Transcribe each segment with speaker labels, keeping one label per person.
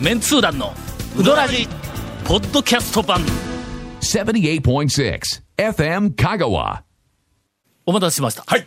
Speaker 1: メンツー団のウドラジポッドキャスト版
Speaker 2: 78.6 FM Kagawa.
Speaker 1: お待たせしました、
Speaker 3: はい。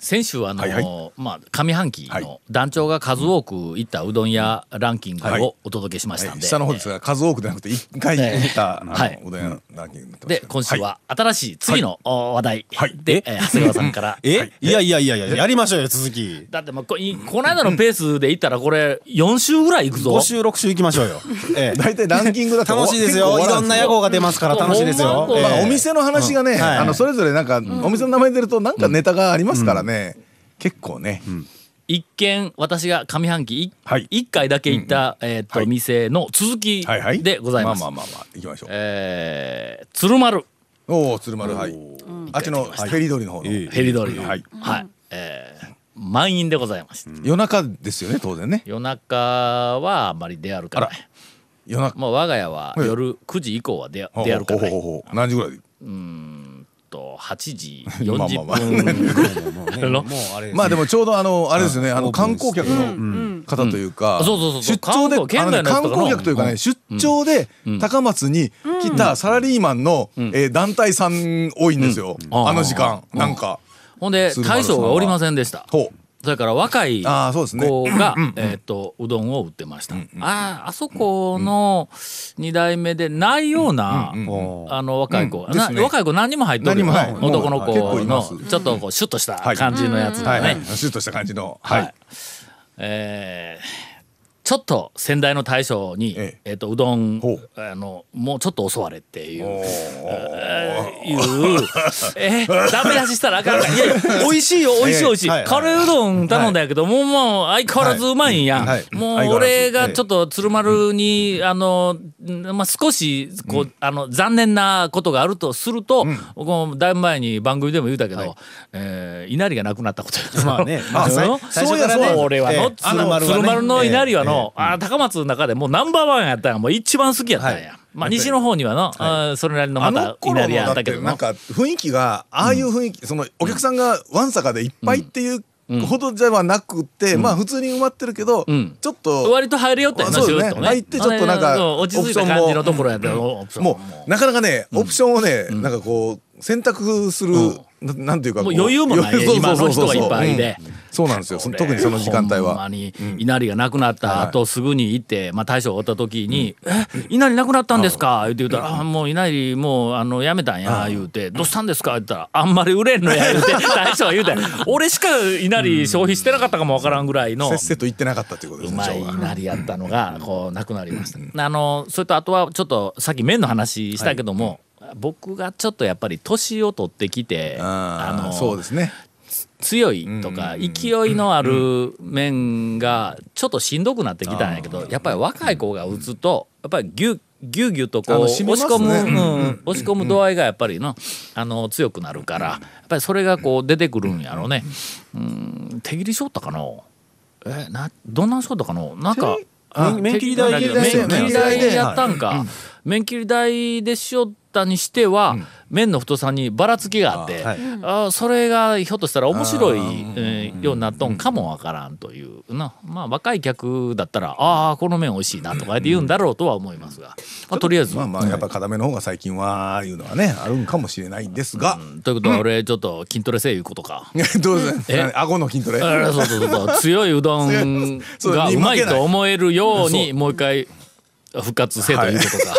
Speaker 1: 先週あの、
Speaker 3: はいは
Speaker 1: まあ、上半期
Speaker 3: は
Speaker 1: の
Speaker 3: い
Speaker 1: 団長が数多く行ったうどん屋ランキン
Speaker 3: は
Speaker 1: グ
Speaker 3: い
Speaker 1: をお届けしましたんで、
Speaker 3: 下の方ですが、数多くでなくて、一回行った、あの
Speaker 1: はい
Speaker 3: おでんランキングになってますけ
Speaker 1: で
Speaker 3: ど
Speaker 1: 今週は新しい次のお話題
Speaker 3: はい
Speaker 1: で、えー長谷川さん から
Speaker 4: え、い、やいやいやいや、やりましょうよ、続き。
Speaker 1: だってまあこいこの間のペースで行ったらこれ4週ぐらい行くぞ
Speaker 4: 5週、6週行きましょうよ。え
Speaker 3: 大体ランキングだ
Speaker 4: え、
Speaker 3: と
Speaker 4: 楽しいですよ。い
Speaker 3: 結構終わ
Speaker 4: ろんな野号が出ますから楽しいですよ。
Speaker 1: ほんまほん
Speaker 4: え
Speaker 1: ま
Speaker 3: まあ、
Speaker 4: え
Speaker 3: お店の話がね、
Speaker 4: はい
Speaker 3: あのそれぞれなんか、お店の名前出るとなんかネタがありますからね、結構ね、
Speaker 1: 一見私が上半期い
Speaker 3: はい
Speaker 1: 一回だけ行った、えーっと、
Speaker 3: はい
Speaker 1: 店の続き
Speaker 3: はいはい
Speaker 1: でございます、
Speaker 3: まあまあまあまあ行きましょう、
Speaker 1: えー鶴丸
Speaker 3: おお鶴丸はいあっちのフェリー通りの方の、
Speaker 1: ヘリ通りの、は
Speaker 3: はいい、
Speaker 1: えー満員でございました、
Speaker 3: 夜中ですよね当然ね
Speaker 1: 夜中はあまり出歩かない
Speaker 3: 夜中
Speaker 1: まあ我が家は
Speaker 3: ええ
Speaker 1: 夜9時以降は出出歩かない
Speaker 3: ほうほうほうほう何時ぐらい
Speaker 1: と8時
Speaker 3: まあま
Speaker 1: 40
Speaker 3: あまあ
Speaker 1: 分の
Speaker 4: もうあれですね
Speaker 3: まあでもちょうどあのあれですよね、あの
Speaker 4: オープ
Speaker 3: 観
Speaker 4: ンです
Speaker 3: 光客の方というか、
Speaker 1: うんそうそうそうそう
Speaker 3: 出張で
Speaker 1: 観光
Speaker 3: あの
Speaker 1: 県外
Speaker 3: ね
Speaker 1: の人と
Speaker 3: 観
Speaker 1: かの
Speaker 3: 光客というかね、出張で高松に来たサラリーマンの、えー団体さん多いんですよ、
Speaker 1: ん
Speaker 3: あの時間、なんか、
Speaker 1: ほんで
Speaker 3: 鶴丸
Speaker 1: 大
Speaker 3: さん
Speaker 1: 将
Speaker 3: は
Speaker 1: がおりませんでした
Speaker 3: ほう
Speaker 1: それから若い子
Speaker 3: あーそうですね
Speaker 1: がえーっとうどんを売ってましたあーあそこの2代目でないようなあの若い子が
Speaker 3: うんです
Speaker 1: な
Speaker 3: ね
Speaker 1: 若い子何人も入っとるよ
Speaker 3: 何人もはい
Speaker 1: 男の子
Speaker 3: 結構いま
Speaker 1: の
Speaker 3: す
Speaker 1: ちょっとこうシュッとした
Speaker 3: はい
Speaker 1: 感じのやつ
Speaker 3: は
Speaker 1: が
Speaker 3: いはい、
Speaker 1: ね
Speaker 3: シュッとした感じの、
Speaker 1: は
Speaker 3: はいい、
Speaker 1: えーちょっと先代の大将に、え
Speaker 3: ええ
Speaker 1: っとうどん
Speaker 3: ほう
Speaker 1: あのもうちょっと教われってい
Speaker 3: お
Speaker 1: う。
Speaker 3: ー
Speaker 1: えー いうえーダメ出ししたらあかんかいやいや美味しいよ美味しい美味しい、
Speaker 4: ええはい
Speaker 1: カレーうどん頼んだんやけど、もうもう相変わらずうまいんや、
Speaker 3: はいはい
Speaker 1: もう
Speaker 3: 相変わらず
Speaker 1: 俺がちょっと鶴丸に、あの、んまあ、少しこう、あの残念なことがあるとすると、こうだいぶ前に番組でも言うたけど、えー稲荷がなくなったこと や
Speaker 4: まあね
Speaker 1: あ
Speaker 4: あ
Speaker 1: の
Speaker 4: 最初からね
Speaker 1: そう俺は
Speaker 4: え
Speaker 1: の
Speaker 4: え
Speaker 1: 鶴丸
Speaker 4: 鶴丸はね
Speaker 1: 鶴丸の稲荷はの、
Speaker 4: ええ
Speaker 1: あー高松の中でもうナンバーワンやったんやもう一番好きやったんや、
Speaker 4: はい
Speaker 1: まあ西の方にはの、あーそれなりの
Speaker 3: あ
Speaker 1: ま
Speaker 3: の
Speaker 1: た
Speaker 3: 頃
Speaker 1: 稲
Speaker 3: の
Speaker 1: 荷や
Speaker 3: だ
Speaker 1: っ
Speaker 3: った
Speaker 1: け
Speaker 3: て
Speaker 1: ど
Speaker 3: なん
Speaker 1: も
Speaker 3: か雰囲気がああいう雰囲気、そのお客さんがわんさかでいっぱいっていうほどではなくて、まあ普通に埋まってるけど、
Speaker 1: ん
Speaker 3: ちょっと
Speaker 1: 割と入れよったよな、
Speaker 3: あそうね
Speaker 1: シュート
Speaker 3: 入ってちょっとなんか
Speaker 1: あのそう落ち着いた感じのところやったよ、オプションも
Speaker 3: もうなかなかねオプションをね、なんかこう選択する、ななんていうか
Speaker 1: もう
Speaker 3: こ
Speaker 1: 余裕もないね
Speaker 3: 余裕
Speaker 1: 今
Speaker 3: そう
Speaker 1: の人
Speaker 3: そうそ
Speaker 1: が
Speaker 3: うそう
Speaker 1: いっぱいで
Speaker 3: うん。そうなんですよその特にその時間帯
Speaker 1: ほん
Speaker 3: は
Speaker 1: まに稲荷がなくなった後すぐに行って、まあ、大将がおった時に「え稲荷なくなったんですか?」言って言うたら「あもう稲荷もうあのやめたんや」言うて「どうしたんですか?」言ったら「あんまり売れんのや」言うて 大将が言うて「俺しか稲荷消費してなかったかもわからんぐらいの
Speaker 3: せっ」せと行ってなかったということで
Speaker 1: う
Speaker 3: すね
Speaker 1: まいなりやったのがこうなくなりました、あのそれとあとはちょっとさっき麺の話したけども、僕がちょっとやっぱり年を取ってきて
Speaker 3: ああ
Speaker 1: の
Speaker 3: そうですね
Speaker 1: 強いとか勢いのある面がちょっとしんどくなってきたんやけどやっぱり若い子が打つとやっぱりぎゅうぎゅうぎゅうとこ
Speaker 3: あ
Speaker 1: う
Speaker 3: の
Speaker 1: 押し
Speaker 3: 締めます
Speaker 1: 込
Speaker 3: ね
Speaker 1: む、うん、押し込む度合いがやっぱりのあの強くなるからやっぱりそれがこう出てくるんやろうね。うん手切りしよったかのえなどんなんしよったかのなんかあ
Speaker 4: 麺切り
Speaker 1: 手
Speaker 4: 台
Speaker 1: 麺切り
Speaker 3: 麺切
Speaker 1: 台
Speaker 3: り台
Speaker 1: で
Speaker 3: で
Speaker 1: やったんか、麺切り台でしよったにしては、麺の太さにばらつきがあって
Speaker 4: あは
Speaker 1: あ
Speaker 4: い
Speaker 1: ーそれがひょっとしたら面白い、えーようになっとんかもわからんというなまあ若い客だったら「ああこの麺美味しいな」とかって言うんだろうとは思いますが、まあ、とりあえず、
Speaker 3: まあまあやっぱ固めの方が最近はいうのはねあるんかもしれないんですが、
Speaker 1: ということは俺ちょっと筋トレせえいうことか。
Speaker 3: どうです
Speaker 1: え
Speaker 3: ね顎の筋トレ
Speaker 1: あらそうそうそうそう強いうどん
Speaker 3: そう
Speaker 1: が
Speaker 3: に
Speaker 1: う
Speaker 3: 負けな
Speaker 1: ま
Speaker 3: い
Speaker 1: いと思えるようにもう一回復活せえということか。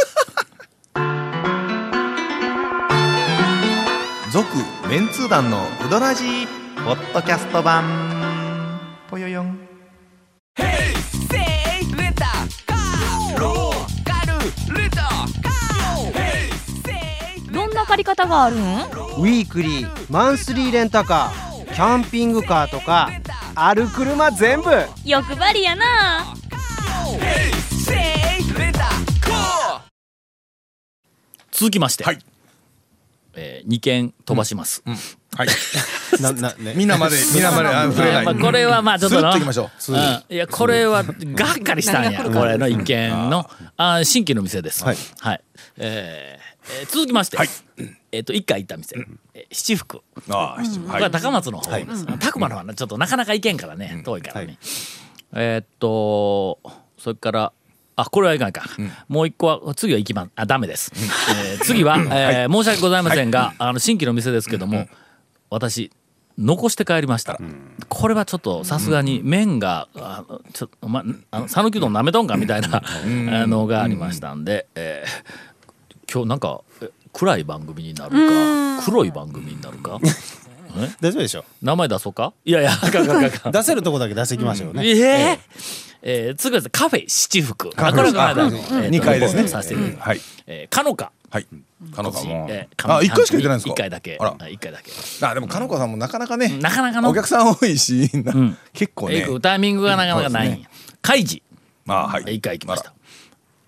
Speaker 3: 続
Speaker 5: メンツー団のウドラジーポッドキャスト版ぽよよん
Speaker 6: どんな借り方があるん
Speaker 7: ウィークリーマンスリーレンタカーキャンピングカーとかある車全部
Speaker 6: 欲張りやな
Speaker 1: 続きまして、
Speaker 3: はい
Speaker 1: え2件飛ばします。
Speaker 3: はい
Speaker 4: ななね
Speaker 3: みんなまでみんなまであ触れない、
Speaker 1: まあこれはまあちょっとな
Speaker 3: スルッといきましょうスルッ
Speaker 1: うんいやこれはがっかりしたんやこれの一見のあ新規の店ですはい、えーえー続きまして、えっ、と一回行った店、えー七福
Speaker 3: ああ七分
Speaker 1: こ
Speaker 3: は
Speaker 1: れはい高松の方です、拓磨の方はなちょっとなかなか行けんからね、遠いからね、えーっとそれからあこれはいかんか、もう一個は次は行きまあダメです、えー次は、えー申し訳ございませんが、あの新規の店ですけども、私残して帰りました、これはちょっとさすがに麺があのちょっとまあの讃岐うどんなめとんかみたいな、 あのがありましたんで、えー今日なんかえ暗い番組になるか黒い番組になる か
Speaker 4: 大丈夫でしょ
Speaker 1: 名前出そうかいやいやあかんあかんあかんあ かん
Speaker 4: 出せるとこだけ出していきましょうね、
Speaker 1: えええー、次はですねカフェ七福。あ、これはこの間の、えー
Speaker 3: 二回ですね
Speaker 1: とさせていただきます
Speaker 3: はい。
Speaker 1: えー、かのか。
Speaker 3: はい。かのかも。
Speaker 1: えー
Speaker 3: あ、一回しか行ってないんですか
Speaker 1: 一回だけ。
Speaker 3: あら。
Speaker 1: 一回だけ。
Speaker 3: あ、でもかのかさんもなかなかね、
Speaker 1: なかなかの。
Speaker 3: お客さん多いし、な結構
Speaker 1: え
Speaker 3: ね
Speaker 1: ー。行くタイミングがなかなかないんや。カイジ。
Speaker 3: まあ、は
Speaker 1: えー
Speaker 3: い。
Speaker 1: 一回行きまし
Speaker 3: あ
Speaker 1: た。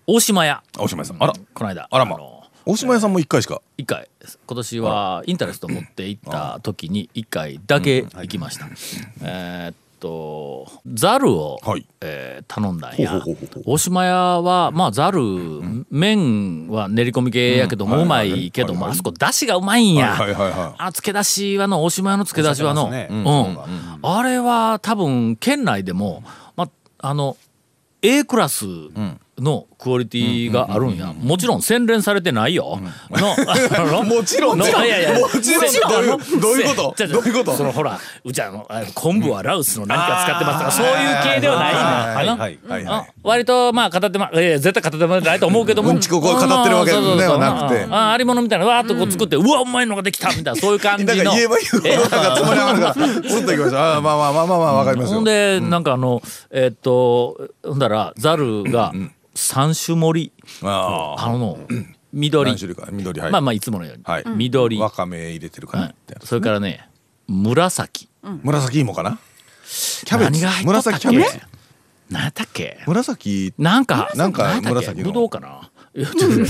Speaker 1: 大島屋。
Speaker 3: ら。大島屋さん。あら。
Speaker 1: この間。
Speaker 3: あらま
Speaker 1: の
Speaker 3: 大島屋さんも一回しか。
Speaker 1: 一回今年はインタレスト持って行った時に一回だけ行きました、えーっとザルを、
Speaker 3: はい
Speaker 1: えー頼んだんや
Speaker 3: ほうほうほうほう
Speaker 1: 大島屋はまあザル、麺は練り込み系やけども、う
Speaker 3: うん
Speaker 1: ま
Speaker 3: はいはい
Speaker 1: いけども、
Speaker 3: はいはい
Speaker 1: あそこ出汁がうまいんや、
Speaker 3: はいはいはいはい
Speaker 1: あつけ出しはの大島屋のつけ出しはの、
Speaker 4: おっしゃって
Speaker 1: う
Speaker 4: ま
Speaker 1: ん
Speaker 4: すねうん
Speaker 1: あれは多分県内でも、まあ、あの A クラスのクオリティがあるんやもちろん洗練されてないよ、のあの
Speaker 3: もちろん
Speaker 1: のいやいや
Speaker 3: もちろんどういうどういうこと
Speaker 1: せじゃじゃ
Speaker 3: どういうこと
Speaker 1: そのほらうちはあのあ昆布はラウスの何か使ってますとか、そういう系ではないんや
Speaker 4: はい
Speaker 1: あの
Speaker 4: はいはい
Speaker 1: あ割とまあ片手間、えー、絶対片手間じゃないと思うけども
Speaker 3: うんちくをこう語ってるわけではなくて
Speaker 1: あーあーありものみたいなわーっとこう作って、うわうまいのができたみたいなそういう感じの
Speaker 3: だから言えば言うほどなんか止まりながら、ずっと行きました。あまあまあまあまあまあ、わかります
Speaker 1: ほ
Speaker 3: よ
Speaker 1: ん。で、なんかあのえーっとほんだらザルが三種盛り
Speaker 3: ああ。
Speaker 1: あの緑
Speaker 3: 何種類か。緑、はい。
Speaker 1: まあまあいつものように、
Speaker 3: はい
Speaker 1: 緑、
Speaker 3: わかめ入れてるか
Speaker 1: は
Speaker 3: なっ
Speaker 1: い
Speaker 3: てやつ。
Speaker 1: それからね紫
Speaker 3: 紫芋かなキャベ
Speaker 1: 何
Speaker 3: ツ
Speaker 1: が入。っとったっ
Speaker 3: 紫
Speaker 1: け
Speaker 3: キャベツ。
Speaker 1: 何やったっけ
Speaker 3: 紫、
Speaker 1: なんか
Speaker 3: なんか
Speaker 1: 何やったっけ
Speaker 3: 紫の
Speaker 1: ぶどうかないやちょっとね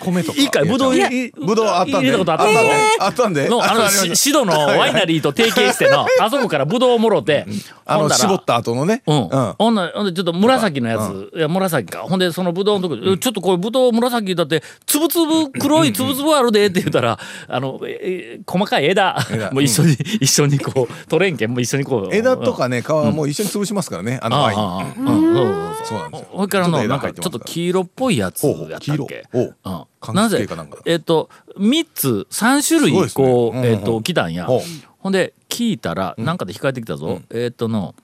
Speaker 3: 米とか。
Speaker 1: 一回ぶどう
Speaker 3: いや
Speaker 1: 入れ
Speaker 3: ぶどうあったん
Speaker 1: 入れ
Speaker 3: で。
Speaker 1: たことあったんで
Speaker 3: あったんで。
Speaker 1: のあ
Speaker 3: り
Speaker 1: の
Speaker 3: ました
Speaker 1: しシドのワイナリーと提携して のあそこからブドウをもろて
Speaker 3: あ
Speaker 1: ほん
Speaker 3: の、
Speaker 1: だら
Speaker 3: 絞った後のね。
Speaker 1: う
Speaker 3: うんん。
Speaker 1: ほんなほんでちょっと紫のやつ、いや紫かほんでそのぶどうのとこ、ちょっとこれぶどう紫だってつぶつぶ黒いつぶつぶあるでって言ったら、あのええ細かい枝
Speaker 3: 枝
Speaker 1: もう一緒に、一緒にこう取れんけんもう一緒にこう
Speaker 3: 枝とかね、皮も一緒に潰しますからね。あ
Speaker 1: あ
Speaker 3: の
Speaker 1: あ
Speaker 3: ワイン。
Speaker 1: ああうんそうそうそう
Speaker 3: そうなんですよ。
Speaker 1: ほいから
Speaker 3: ちょっ
Speaker 1: の
Speaker 3: と枝
Speaker 1: なんか
Speaker 3: 入
Speaker 1: ち
Speaker 3: てま
Speaker 1: ょ
Speaker 3: す
Speaker 1: っと
Speaker 3: ら
Speaker 1: 黄色っぽいやつやったっけ
Speaker 3: ほうほう黄色ほう
Speaker 1: うん、な
Speaker 3: 柑
Speaker 1: ぜ
Speaker 3: 橘系かなんか
Speaker 1: えっ、と3つ3種類
Speaker 3: すご
Speaker 1: こ、
Speaker 3: いうで
Speaker 1: え
Speaker 3: すねうんうん
Speaker 1: っ、と来たんや
Speaker 3: ほう
Speaker 1: ほんで聞いたらなんかで控えてきたぞ、えっ、との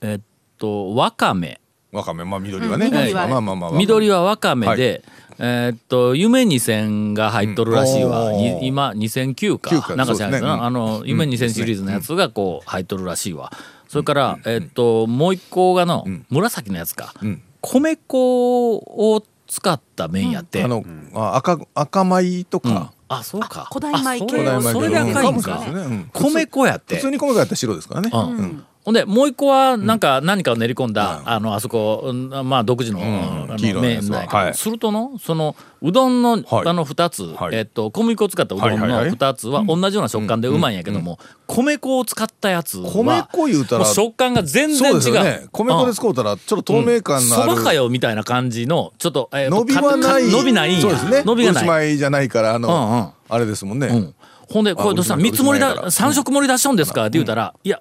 Speaker 1: えっ、とわかめ
Speaker 3: わかめ、まあ緑はね。
Speaker 8: うん緑は
Speaker 3: まあまあまあ。
Speaker 1: 緑
Speaker 3: は。
Speaker 1: はわかめで、えっと夢二千が入っとるらしいわ、
Speaker 3: うん
Speaker 1: に
Speaker 3: おー
Speaker 1: 今2009か
Speaker 3: 9か
Speaker 1: なんか知らんけどな、
Speaker 3: そうですねうん
Speaker 1: あの夢二千シリーズのやつがこう入っとるらしいわ、それから、えっともう一個がの、紫のやつか、
Speaker 3: うん
Speaker 1: 米粉を使った麺やって、
Speaker 3: あの、あ赤、赤米と
Speaker 1: うん
Speaker 3: か。
Speaker 1: あそうか
Speaker 8: あ古代米系
Speaker 1: あそ
Speaker 8: 古
Speaker 1: れ
Speaker 8: 代
Speaker 1: それ
Speaker 3: 米系
Speaker 1: で赤い
Speaker 3: うんん
Speaker 1: か、
Speaker 3: そうですねうん
Speaker 1: 米粉やって
Speaker 3: 普通に米がやったら白ですからね。
Speaker 1: うんほんでもう一個はなんか何かを練り込んだ、あのあそこ、うんまあ、独自の,、
Speaker 3: ん
Speaker 1: あの
Speaker 3: 黄色のや
Speaker 1: 麺
Speaker 3: つは
Speaker 1: なんやけど
Speaker 3: はい
Speaker 1: するとのそのうどんの,、
Speaker 3: はい
Speaker 1: あの2つ、
Speaker 3: はい
Speaker 1: えっと小麦粉を使ったうどん
Speaker 3: はいはいは
Speaker 1: の
Speaker 3: い
Speaker 1: 2つは同じような食感でうまいんやけども、米粉を使ったやつは
Speaker 3: 米粉言うたら
Speaker 1: も食感が全然違
Speaker 3: そうで
Speaker 1: う
Speaker 3: すよね。米粉で使うたら、ちょっと透明感のあ
Speaker 1: そ
Speaker 3: る。
Speaker 1: ばかよみたいな感じのちょっと,、えーと
Speaker 3: 伸びは
Speaker 1: か
Speaker 3: ない。
Speaker 1: か伸びないんや
Speaker 3: そうですね。
Speaker 1: 伸びがない
Speaker 3: おしまいじゃないから、あの、
Speaker 1: うんうん
Speaker 3: あれですもんね。
Speaker 1: うん、ほんでこれどうした
Speaker 3: あ
Speaker 1: ん三つ盛り
Speaker 3: うちの前やか
Speaker 1: だ
Speaker 3: ら
Speaker 1: 三食盛り出しとんですかって言うたら「いや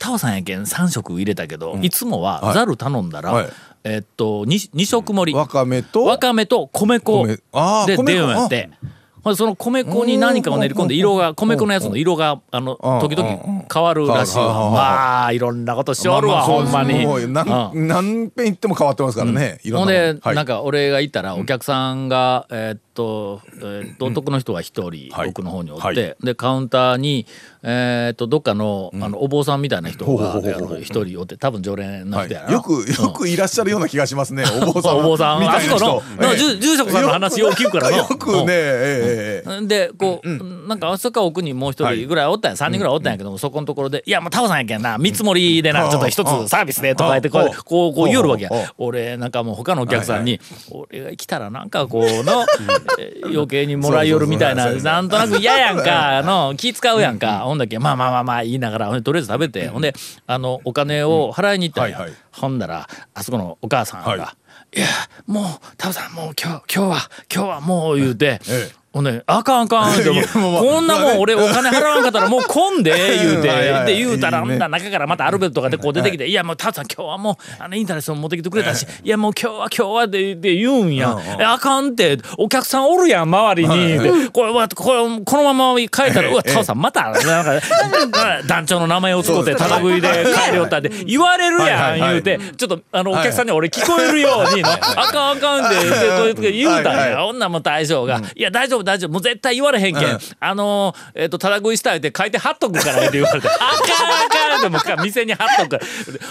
Speaker 1: タワさんやけん3食入れたけど、いつもは
Speaker 3: はい
Speaker 1: ざる頼んだら、
Speaker 3: はい
Speaker 1: えっと 2, 二食盛り
Speaker 3: わかめと、
Speaker 1: わかめと米粉
Speaker 3: 米あー
Speaker 1: で
Speaker 3: 米粉
Speaker 1: 電話やって。ほんでその米粉に何かを練り込んで色が米粉のやつの色があの
Speaker 3: うん
Speaker 1: 時々変わるらしいわ
Speaker 3: 変わるはいはいはい
Speaker 1: まあいろんなことしておるわ
Speaker 3: そ
Speaker 1: ほ
Speaker 3: うんです
Speaker 1: まに
Speaker 3: もう何、、
Speaker 1: うん
Speaker 3: 何遍言っても変わってますからね。いろ
Speaker 1: ほん
Speaker 3: んなも
Speaker 1: で、
Speaker 3: はい
Speaker 1: なんか俺が行ったらお客さんが、えーっと、え ーっと男の人が一人、
Speaker 3: はい
Speaker 1: 奥の方におって、
Speaker 3: はい
Speaker 1: でカウンターに、えーっとどっかの,、あのお坊さんみたいな人があ
Speaker 3: ほうほうほうほう
Speaker 1: の一人おって多分常連の
Speaker 3: は
Speaker 1: 人やな、
Speaker 3: い、よく、よくいらっしゃるような気がしますね。お坊さん。
Speaker 1: お坊さん
Speaker 3: み
Speaker 1: あ
Speaker 3: たい
Speaker 1: そ
Speaker 3: な
Speaker 1: この
Speaker 3: 人。
Speaker 1: の
Speaker 3: ええ
Speaker 1: 住住職さんの話を聞くからの
Speaker 3: よくね、ええええええ
Speaker 1: でこう、なんかあそこは奥にもう一人ぐらいおったんや、三3人ぐらいおったんやけども、そこのところで「いやもうタオさんやけんな見積もりでな、
Speaker 3: うん
Speaker 1: ちょっと一つサービスで」とか言ってこう,、
Speaker 3: うん
Speaker 1: こうこう言うるわけや、
Speaker 3: うん
Speaker 1: 俺なんかもう他のお客さんに、俺が来たらなんかこうのえ余計にもらいよるみたいな
Speaker 3: そうそうそう
Speaker 1: なんとなく嫌やんかあの気使うやんか、ほんだっけまあまあまあまあ言いながらほんでとりあえず食べて、ほんであのお金を払いに行ったんや、
Speaker 3: はいはい
Speaker 1: ほんだらあそこのお母さんが「
Speaker 3: はい
Speaker 1: いやもうタオさんもう今日今日は今日はもう」言うて。
Speaker 3: ええ
Speaker 1: ほんで、あかんあかんって、
Speaker 3: いやもうまあ
Speaker 1: こんなもん俺お金払わんかったらもう混んで、言うて、
Speaker 3: はいはい
Speaker 1: で言うたら、
Speaker 3: い
Speaker 1: ほ
Speaker 3: い
Speaker 1: ん
Speaker 3: ね
Speaker 1: なら中からまたアルベットがでこう出てきて、いやもうタツさん今日はもう、あの、インタレストも持ってきてくれたし、いやもう今日は今日はでで言うんや、えあかんって、お客さんおるやん、周りに。でこれは、これ、このまま変えたら、うわ、タツさんまた、 なんか、団長の名前を使って、ただ食いで帰りおったんで、言われるやん、
Speaker 3: はいはい
Speaker 1: 言うて、ちょっと、あの、お客さんに俺聞こえるように、あかんあかんってでそういう時言うたん
Speaker 3: はい
Speaker 1: や
Speaker 3: は。い
Speaker 1: 女も大将が「いや大丈夫大丈夫もう絶対言われへんけん、あのーえっ、とただ食いしたいって書いて貼っとくから」って言わ れて「あかんあかん」でもか店に貼っとくか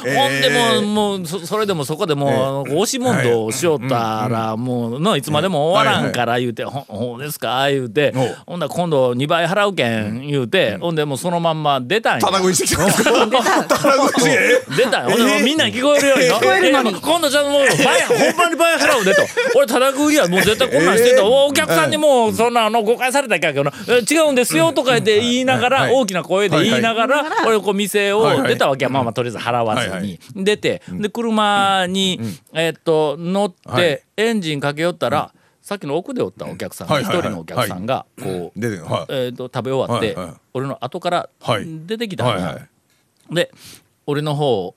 Speaker 1: ら、ほんでもうもうそそれでもそこでもう、あの押し問答をしよったら、もうのいつまでも終わらんから言うて「ほんほんですか?」言うて
Speaker 3: おう
Speaker 1: ほんなら今度2倍払うけん言うて、ほんでもうそのまんま出たんや。
Speaker 3: ただ食いしてきた。ただ食いしてえ
Speaker 1: 出たよ、ほんでもうみんなに聞こえるようにな、えー今度ちゃんともう倍ほんまに倍払う でと俺ただ食いやもう絶対こんなんしてた、おお客さんにもうそんなあの誤解されたらいかんけどなえ違うんですよとか言って言いながら、
Speaker 3: はいはい
Speaker 1: 大きな声で言いながら、俺こう店
Speaker 3: はい
Speaker 1: を
Speaker 3: はい
Speaker 1: 出たわけや、まあまあとりあえず払わずに、
Speaker 3: はいはい
Speaker 1: 出てで車に、えーっと乗って、
Speaker 3: はい
Speaker 1: エンジンかけよったら、さっきの奥でおったお客さんが
Speaker 3: はい
Speaker 1: 一、
Speaker 3: はいはい
Speaker 1: 人のお客さんがこう、
Speaker 3: 出てるはい
Speaker 1: えーっと食べ終わって、
Speaker 3: はいはい
Speaker 1: 俺の後から
Speaker 3: はい
Speaker 1: 出てきたんや
Speaker 3: はいはい。
Speaker 1: で俺の方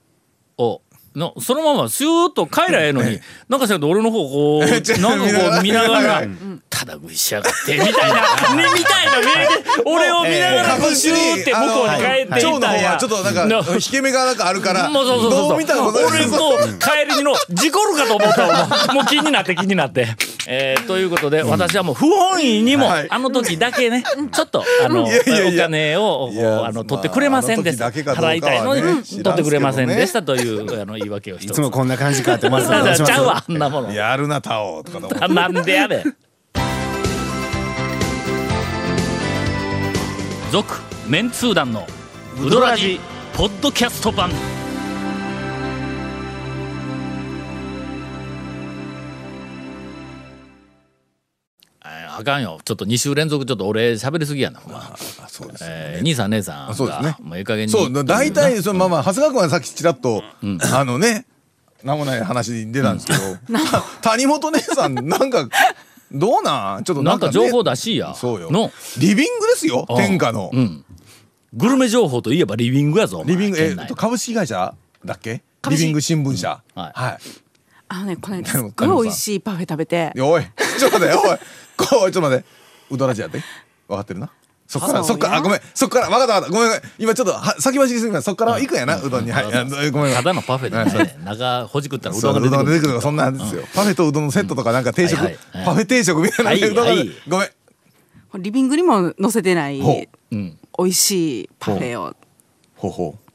Speaker 1: をのそのままスーッと帰らええのに、なんかしらんけど俺の方をこう なん
Speaker 3: ちょ
Speaker 1: かこう見
Speaker 3: 見
Speaker 1: な
Speaker 3: な
Speaker 1: が
Speaker 3: が
Speaker 1: ら
Speaker 3: ら
Speaker 1: 「ただ食いしやがって」みたいなねみたいな目で俺を見ながらこうシューって向こうに帰っていっ
Speaker 3: 長の
Speaker 1: たん
Speaker 3: 方
Speaker 1: や
Speaker 3: は。ちょっと なんか引け目がなんかあるから
Speaker 1: もうそうそうそうそう
Speaker 3: どう見たら分か
Speaker 1: 俺
Speaker 3: る
Speaker 1: もう帰りの事故るかと思ったわもうもう気になって気になって、えーということで私はもう不本意にも、
Speaker 3: はい
Speaker 1: あの時だけねちょっとあの
Speaker 3: いやいやいや
Speaker 1: お金を
Speaker 3: い
Speaker 1: こう
Speaker 3: や
Speaker 1: あ
Speaker 3: ま
Speaker 1: の
Speaker 3: あ
Speaker 1: 取ってくれませんでした、
Speaker 3: あの時だけかどうか
Speaker 1: 払
Speaker 3: はね
Speaker 1: いたいのに、
Speaker 3: 知らんすけどね
Speaker 1: 取ってくれませんでしたというあの言い訳をし
Speaker 4: い
Speaker 1: てお
Speaker 4: つ
Speaker 1: り
Speaker 4: も
Speaker 1: ます
Speaker 4: こんな感じかって思わせて
Speaker 1: だからちゃう
Speaker 4: わ
Speaker 1: わあんなもの
Speaker 3: やるなタオとかと思って
Speaker 1: あなんでやれ続メンツー団のウドラジポッドキャスト版ああかんよちょっと2週連続ちょっと俺喋りすぎやな、ほんま
Speaker 3: あそうです
Speaker 1: えー兄さん姉さんが
Speaker 3: あそうですね
Speaker 1: もうええ加減に
Speaker 3: そう大体そのまあまあ長谷川君はさっきちらっとあのね何もない話に出たんですけど た谷本姉さんなんかどうなんちょっと
Speaker 1: な
Speaker 3: なんん
Speaker 1: か
Speaker 3: か
Speaker 1: 情報
Speaker 3: だ
Speaker 1: だしいや
Speaker 3: そうよ
Speaker 1: の
Speaker 3: リビングですよ
Speaker 1: うん
Speaker 3: 天下の
Speaker 1: うんグルメ情報といえばリビングやぞお前
Speaker 3: リビングえ
Speaker 1: 県内
Speaker 3: っと株式会社だっけ
Speaker 8: 株
Speaker 3: リ
Speaker 8: 式
Speaker 3: ビング新聞社
Speaker 1: うんはい
Speaker 3: は
Speaker 8: あのね、この間
Speaker 3: ですも
Speaker 8: っごい美味しいパフェ食べて
Speaker 3: いで、おい ちょっと待っておいこうちょっと待ってウドラジやって分かってるなそっから
Speaker 8: そ
Speaker 3: そうっ
Speaker 8: や
Speaker 3: からあごめんそっから分かった分かったごめんごめん今ちょっとは先走りすぎたそっから行くんやなうどんにはいあごめんごめん
Speaker 1: ただのパフェでね、中ほじくったらう
Speaker 3: そ
Speaker 1: ど
Speaker 3: う、
Speaker 1: んが
Speaker 3: う
Speaker 1: 出てく
Speaker 3: ど
Speaker 1: る
Speaker 3: んが出てくるとか、そんなんですよ。パフェとうどんのセットとか、なんか定食、
Speaker 1: はいはいはい
Speaker 3: パフェ定食みたいな
Speaker 1: は
Speaker 3: の
Speaker 1: い
Speaker 3: でうどんが出て
Speaker 1: はい
Speaker 3: ごめん。
Speaker 8: これリビングにも載せてない
Speaker 3: ほう
Speaker 8: 美味しいパフェを
Speaker 3: ほうほう。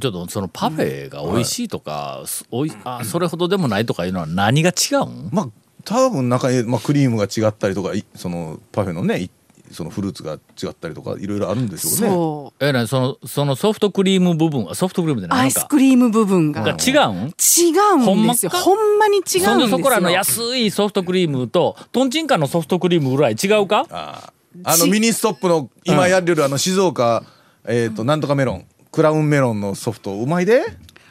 Speaker 1: ちょっとそのパフェが美味しいとか、すおいあそれほどでもないとかいうのは何が違うん
Speaker 3: まあ、多分中に、まあ、クリームが違ったりとか、いそのパフェのね、いそのフルーツが違ったりとか、いろいろあるんでしょうね。
Speaker 8: そ
Speaker 1: えなにそのそのソフトクリーム部分はソフトクリームで
Speaker 8: うア
Speaker 1: 何
Speaker 8: イス
Speaker 1: か
Speaker 8: クリーム部分
Speaker 1: が
Speaker 8: が
Speaker 1: 違うん
Speaker 8: 違うんですよ
Speaker 1: ほんまか
Speaker 8: ほんまに違うんです
Speaker 1: そんでそこらの
Speaker 8: よ
Speaker 1: 安いソフトクリームととんちんかんのソフトクリームぐらい違うか
Speaker 3: あーあの、ミニストップの、今やってるあの、静岡、えっと、なんとかメロン、クラウンメロンのソフト、うまいで。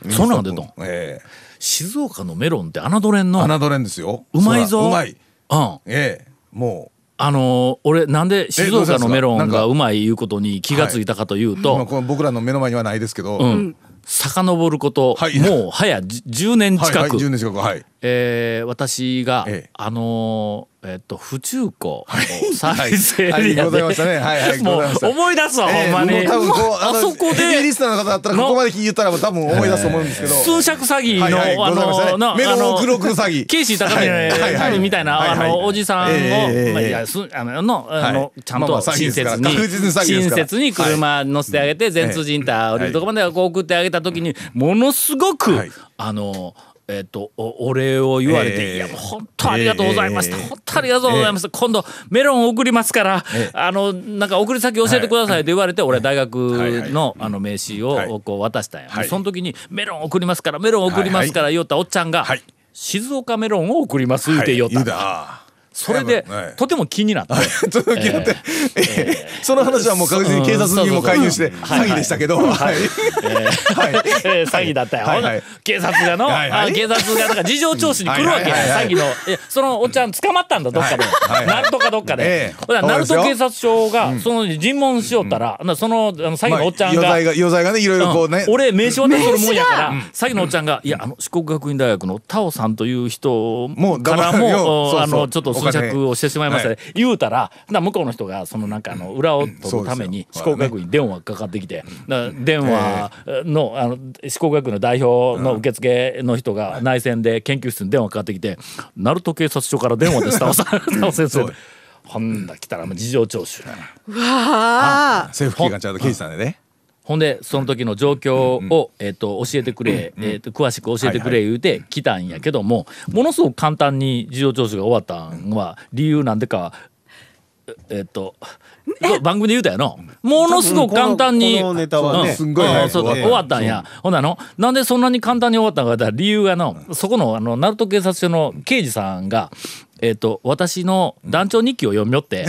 Speaker 1: そんなん出たん
Speaker 3: え
Speaker 1: 静岡のメロンって侮れん
Speaker 3: え。
Speaker 1: の
Speaker 3: 侮れんですよ。
Speaker 1: うまいぞ
Speaker 3: そらうまい。
Speaker 1: うん
Speaker 3: ええ。もう。
Speaker 1: あのー俺なんで静
Speaker 3: えどうしたん
Speaker 1: 岡
Speaker 3: です
Speaker 1: の
Speaker 3: か
Speaker 1: メロ
Speaker 3: な
Speaker 1: ン
Speaker 3: んか
Speaker 1: がうまいいうことに気がついたかというと、
Speaker 3: 今この僕らの目の前にはないですけど、
Speaker 1: うん、遡ること、
Speaker 3: はい
Speaker 1: もう早10年
Speaker 3: はい
Speaker 1: 近く、
Speaker 3: はい、10年近くはい
Speaker 1: えー私が、
Speaker 3: ええ
Speaker 1: あのーえっと府中湖
Speaker 3: い
Speaker 1: 再生エリ
Speaker 3: はいはい
Speaker 1: ア
Speaker 3: ござ
Speaker 1: で
Speaker 3: いましたねはいは い
Speaker 1: も
Speaker 3: ございました
Speaker 1: う思い出すわ、
Speaker 3: ええ
Speaker 1: ほんまに、
Speaker 3: もう多分こう
Speaker 1: あ
Speaker 3: の
Speaker 1: そこ
Speaker 3: ヘビーリ
Speaker 1: で
Speaker 3: スナーの方だったらここまで言ったらもう多分思い出すと思うんですけど、
Speaker 1: 寸借詐欺の、
Speaker 3: はいは
Speaker 1: あ
Speaker 3: いございましたね
Speaker 1: のな
Speaker 3: メロン
Speaker 1: あの
Speaker 3: 黒く詐欺
Speaker 1: ケイシー高見
Speaker 3: はいはいはい
Speaker 1: みたいな、
Speaker 3: はいはい
Speaker 1: あのおじさんを、
Speaker 3: ええええ
Speaker 1: まあ、いやすあののあの、
Speaker 3: はい
Speaker 1: ちゃん
Speaker 3: まあま
Speaker 1: と
Speaker 3: あ詐
Speaker 1: 親
Speaker 3: 欺です
Speaker 1: 切
Speaker 3: から
Speaker 1: に、
Speaker 3: 確実に詐欺です
Speaker 1: 親
Speaker 3: から
Speaker 1: 切に車乗せてあげて全通じインター降りるとこまでこう送ってあげた時にものすごく、
Speaker 3: はい
Speaker 1: あの。えっとおお礼を言われて、
Speaker 3: ええ
Speaker 1: いやもう本当ありがとうございました、
Speaker 3: ええ
Speaker 1: 本当ありがとうございました、今度メロン送りますから、あのなんか送り先教えてくださいって言われて、俺は大学のあの名刺
Speaker 3: はい
Speaker 1: をこう渡したんや、
Speaker 3: はい
Speaker 1: その時にメロン送りますからメロン送りますから言おったおっちゃんが、
Speaker 3: はい
Speaker 1: 静岡メロンを送ります言う
Speaker 3: はい
Speaker 1: て言おった、
Speaker 3: 言うた
Speaker 1: それで、
Speaker 3: はい
Speaker 1: とても気になって、
Speaker 3: 続きだって、えーその話はもう確実に警察にも介入し
Speaker 1: そ
Speaker 3: て
Speaker 1: うそうそう
Speaker 3: 詐欺でしたけど、はいはい
Speaker 1: えー詐欺だったよ、
Speaker 3: はいはい
Speaker 1: ほな警察がの、
Speaker 3: はいはい
Speaker 1: あ警察がだから事情聴取に来るわけや、
Speaker 3: はいはいはいはい
Speaker 1: 詐欺のいやそのおっちゃん捕まったんだどっかで、
Speaker 3: はいはい
Speaker 1: 鳴門かどっかで、
Speaker 3: ええ
Speaker 1: ほな
Speaker 3: そう
Speaker 1: 鳴
Speaker 3: です
Speaker 1: 門警
Speaker 3: よ
Speaker 1: 察署がその尋問しよったら、なそのあの詐欺
Speaker 3: まあ
Speaker 1: のおっちゃん
Speaker 3: 余
Speaker 1: が
Speaker 3: 罪が余罪がねいろいろこうね、
Speaker 1: うん俺名刺渡せるもんやから詐欺のおっちゃんが「いやあの四国学院大学のタオさんという人
Speaker 3: もう
Speaker 1: か
Speaker 3: 黙
Speaker 1: ら
Speaker 3: よ
Speaker 1: も
Speaker 3: そうそう
Speaker 1: あのちょっと
Speaker 3: お
Speaker 1: 咀
Speaker 3: 金
Speaker 1: 嚼をしてしまいましたね」言うたらな向こうの人がそのなんかあの裏を取
Speaker 3: そう
Speaker 1: る
Speaker 3: ですよ
Speaker 1: ために
Speaker 3: そ
Speaker 1: 四
Speaker 3: うだね
Speaker 1: 国学院に電話がかかってきてな電話のあの四国学院の代表の受付の人が内戦で研究室に電話かかってきて「鳴門警察署から電話ですタオさ んタオ先生」ほんだ来たらもう事情聴取な
Speaker 8: わあ
Speaker 3: 政府機関ちゃんと刑事さんでね
Speaker 1: ほんでその時の状況を、えっと教えてくれ、えっと詳しく教えてくれ言うて来たんやけども、ものすごく簡単に事情聴取が終わったんは理由なんでかえっ、と番組で言うたやのものすごく簡単に
Speaker 4: このこのネタはね
Speaker 1: うん
Speaker 3: すんごい
Speaker 1: うん
Speaker 3: 早く
Speaker 1: そう
Speaker 3: 終
Speaker 1: 終
Speaker 3: わ
Speaker 1: わ
Speaker 3: っ
Speaker 1: ったんやほんなのなんでそんなに簡単に終わったんか言ったら理由がのそこのあの鳴門警察署の刑事さんが。えっと私の団長日記を読みよって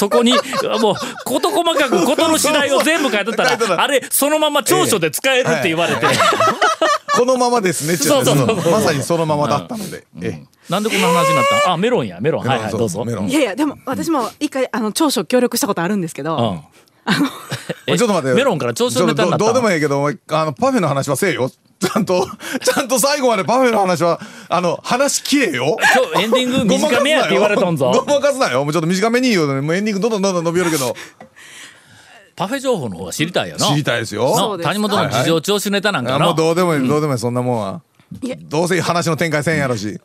Speaker 1: そこにもう事細かく事の次第を全部書いとったらあれそのまま長所で使えるって言われて
Speaker 3: このままですねちょっ
Speaker 1: そ
Speaker 3: と
Speaker 1: うそうそう
Speaker 3: まさにそのままだったので、ええ
Speaker 1: なんでこんな話になったんあメロンやメロンはいはいどうぞ
Speaker 3: メロン
Speaker 8: いやいやでも私も一回あの長所協力したことあるんですけ
Speaker 1: う
Speaker 8: ど、
Speaker 1: ん
Speaker 3: おいちょっと待ってよ
Speaker 1: メロンから長所ネタになった
Speaker 3: ちょっとどうどうでもいいけどお前あのパフェの話はせえよちゃんと ちゃんと最後までパフェの話はあの話きれよ
Speaker 1: 今日エンデ ィング
Speaker 3: ごまかすなよ
Speaker 1: 短めやって言われとんぞ
Speaker 3: ごまかすなよもうちょっと短めに言うのにもうエンディングどんどんどんどん伸びよるけど
Speaker 1: パフェ情報の方が知りた いよな
Speaker 3: 知りたいですよ
Speaker 8: そう
Speaker 1: な谷本の事情聴取ネタなんか
Speaker 3: あ
Speaker 1: な
Speaker 3: もうどうでもいい、どうでもいいそんなもんは
Speaker 8: や
Speaker 3: どうせ話の展開せんやろし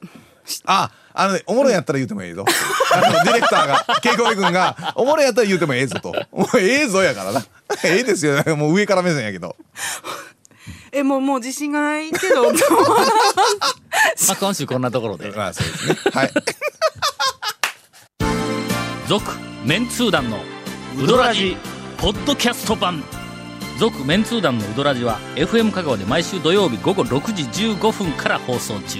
Speaker 3: ああのねおもろいやったら言うてもええぞあのディレクタ ーが稽古部君がおもろいやったら言うてもええぞともうええぞやからな ええですよもう上から目線やけど
Speaker 8: えもうもう自信がないけ ど
Speaker 1: まあ、今週こんなところで
Speaker 3: まあそうですねはい
Speaker 1: 「続・メンツー団のウドラジポッドキャスト版」「続・メンツー団のウドラジは FM 香川で毎週土曜日午後6時15分から放送中